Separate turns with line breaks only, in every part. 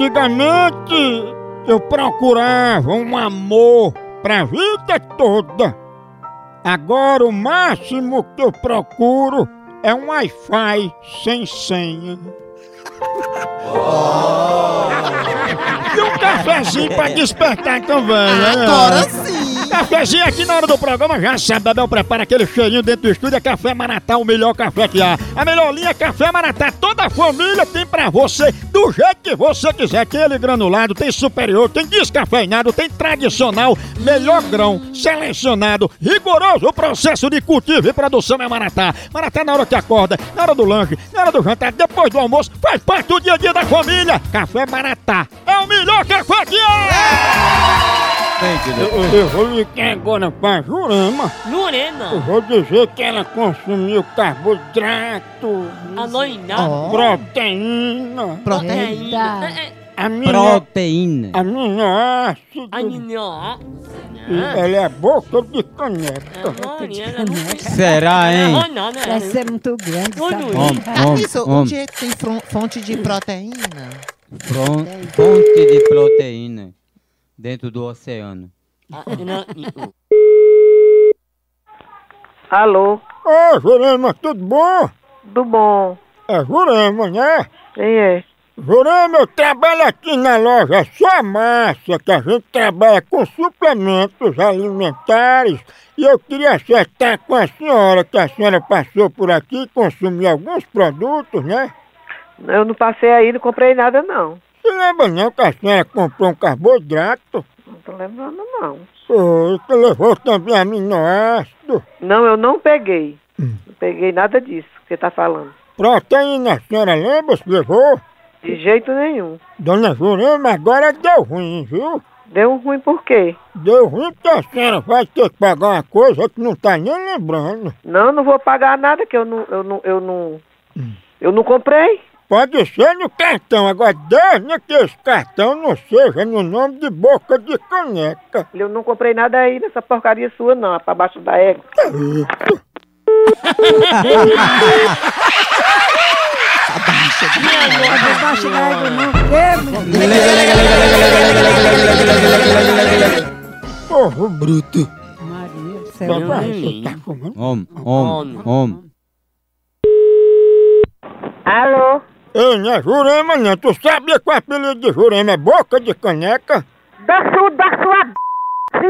Antigamente eu procurava um amor pra vida toda. Agora o máximo que eu procuro é um Wi-Fi sem senha. E um cafezinho pra despertar também, né?
Agora sim!
Cafezinho aqui na hora do programa, já sabe, Bebel prepara aquele cheirinho dentro do estúdio, é Café Maratá, o melhor café que há. A melhor linha é Café Maratá, toda a família tem pra você, do jeito que você quiser. Tem ele granulado, tem superior, tem descafeinado, tem tradicional, melhor grão, selecionado, rigoroso o processo de cultivo e produção é Maratá. Maratá na hora que acorda, na hora do lanche, na hora do jantar, depois do almoço, faz parte do dia a dia da família. Café Maratá é o melhor café que há! Eu vou ligar agora pra Jurema. Eu
Lorena,
vou dizer que ela consumiu carboidrato,
Aloina,
proteína,
Proteína.
é,
amino,
Proteína.
aminoácido.
Aninó,
E
Ah.
Ela é boca de caneca.
Lorena, não sei.
Será, hein?
Não, não,
Vai ser muito grande.
Olha
sabe?
aí.
Homem, homem,
Isso, onde
homem.
é que tem fron- fonte de proteína?
Fron- Fonte de proteína dentro do oceano.
não.
Alô,
Ô, Jurema, tudo bom?
tudo bom?
É Jurema, né?
Quem é?
Jurema, eu trabalho aqui na loja Só Massa, que a gente trabalha com suplementos alimentares. E eu queria acertar com a senhora, que a senhora passou por aqui e consumiu alguns produtos, né?
Eu não passei aí, não comprei nada não.
Se lembra não que a senhora comprou um carboidrato?
Não tô lembrando não.
Foi, que levou também aminoácido.
Não, eu não peguei. Não peguei nada disso que você tá falando.
Proteína, a senhora lembra se levou?
De jeito nenhum.
Dona Jurema, agora deu ruim, viu?
Deu um ruim por quê?
Deu ruim porque a senhora vai ter que pagar uma coisa que não tá nem lembrando.
Não, não vou pagar nada que eu não, eu não, eu não, eu não comprei.
Pode ser no cartão, agora desde que esse cartão não seja no nome de boca de caneca.
Eu não comprei nada aí nessa porcaria sua não, É pra baixo da égua.
Abaixo da água não queima.
Porro bruto.
Maria do céu.
Papai, você tá comendo?
Homem, homem, homem.
Alô,
Ei, não é Jurema não, tu sabia que o apelido de Jurema é boca de caneca?
da sua, da sua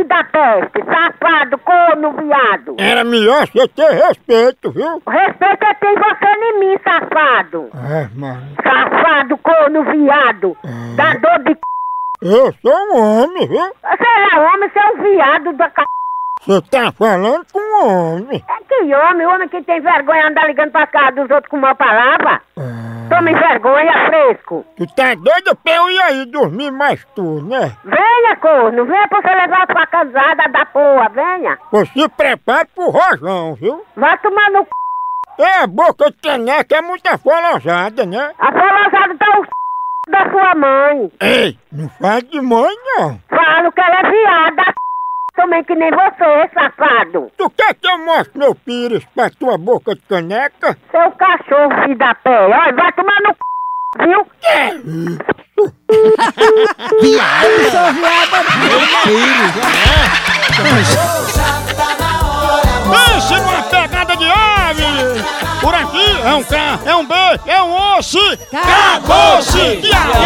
da peste, safado, corno, viado.
Era melhor você ter respeito, viu?
Respeita tem você em mim, safado.
Ah, mano.
Safado, corno, viado. Da dor de c...
Eu sou um homem, viu?
Você é homem, você é um viado da c...
Você tá falando com um homem.
É que homem, homem que tem vergonha de andar ligando pra cara dos outros com uma palavra. Tome vergonha, fresco.
Tu tá doido pra eu ir aí dormir mais tu, né?
Venha, corno, venha pra você levar sua casada da porra, venha.
Pô, se prepara pro rojão, viu?
Vai tomar no c...
É, boca de caneca é muita folosada, né?
A folosada tá o c... da sua mãe.
Ei, não faz de mãe não.
Falo que ela é viada, c... também que nem você, safado.
Tu quer que eu mostre meu pires pra tua boca de caneca?
Seu cachorro, filho da pé. Olha, vai tomar no c... viu?
Pense numa pegada de ave! Por aqui é um K, é um B, é um osso! Acabou-se! Diabo!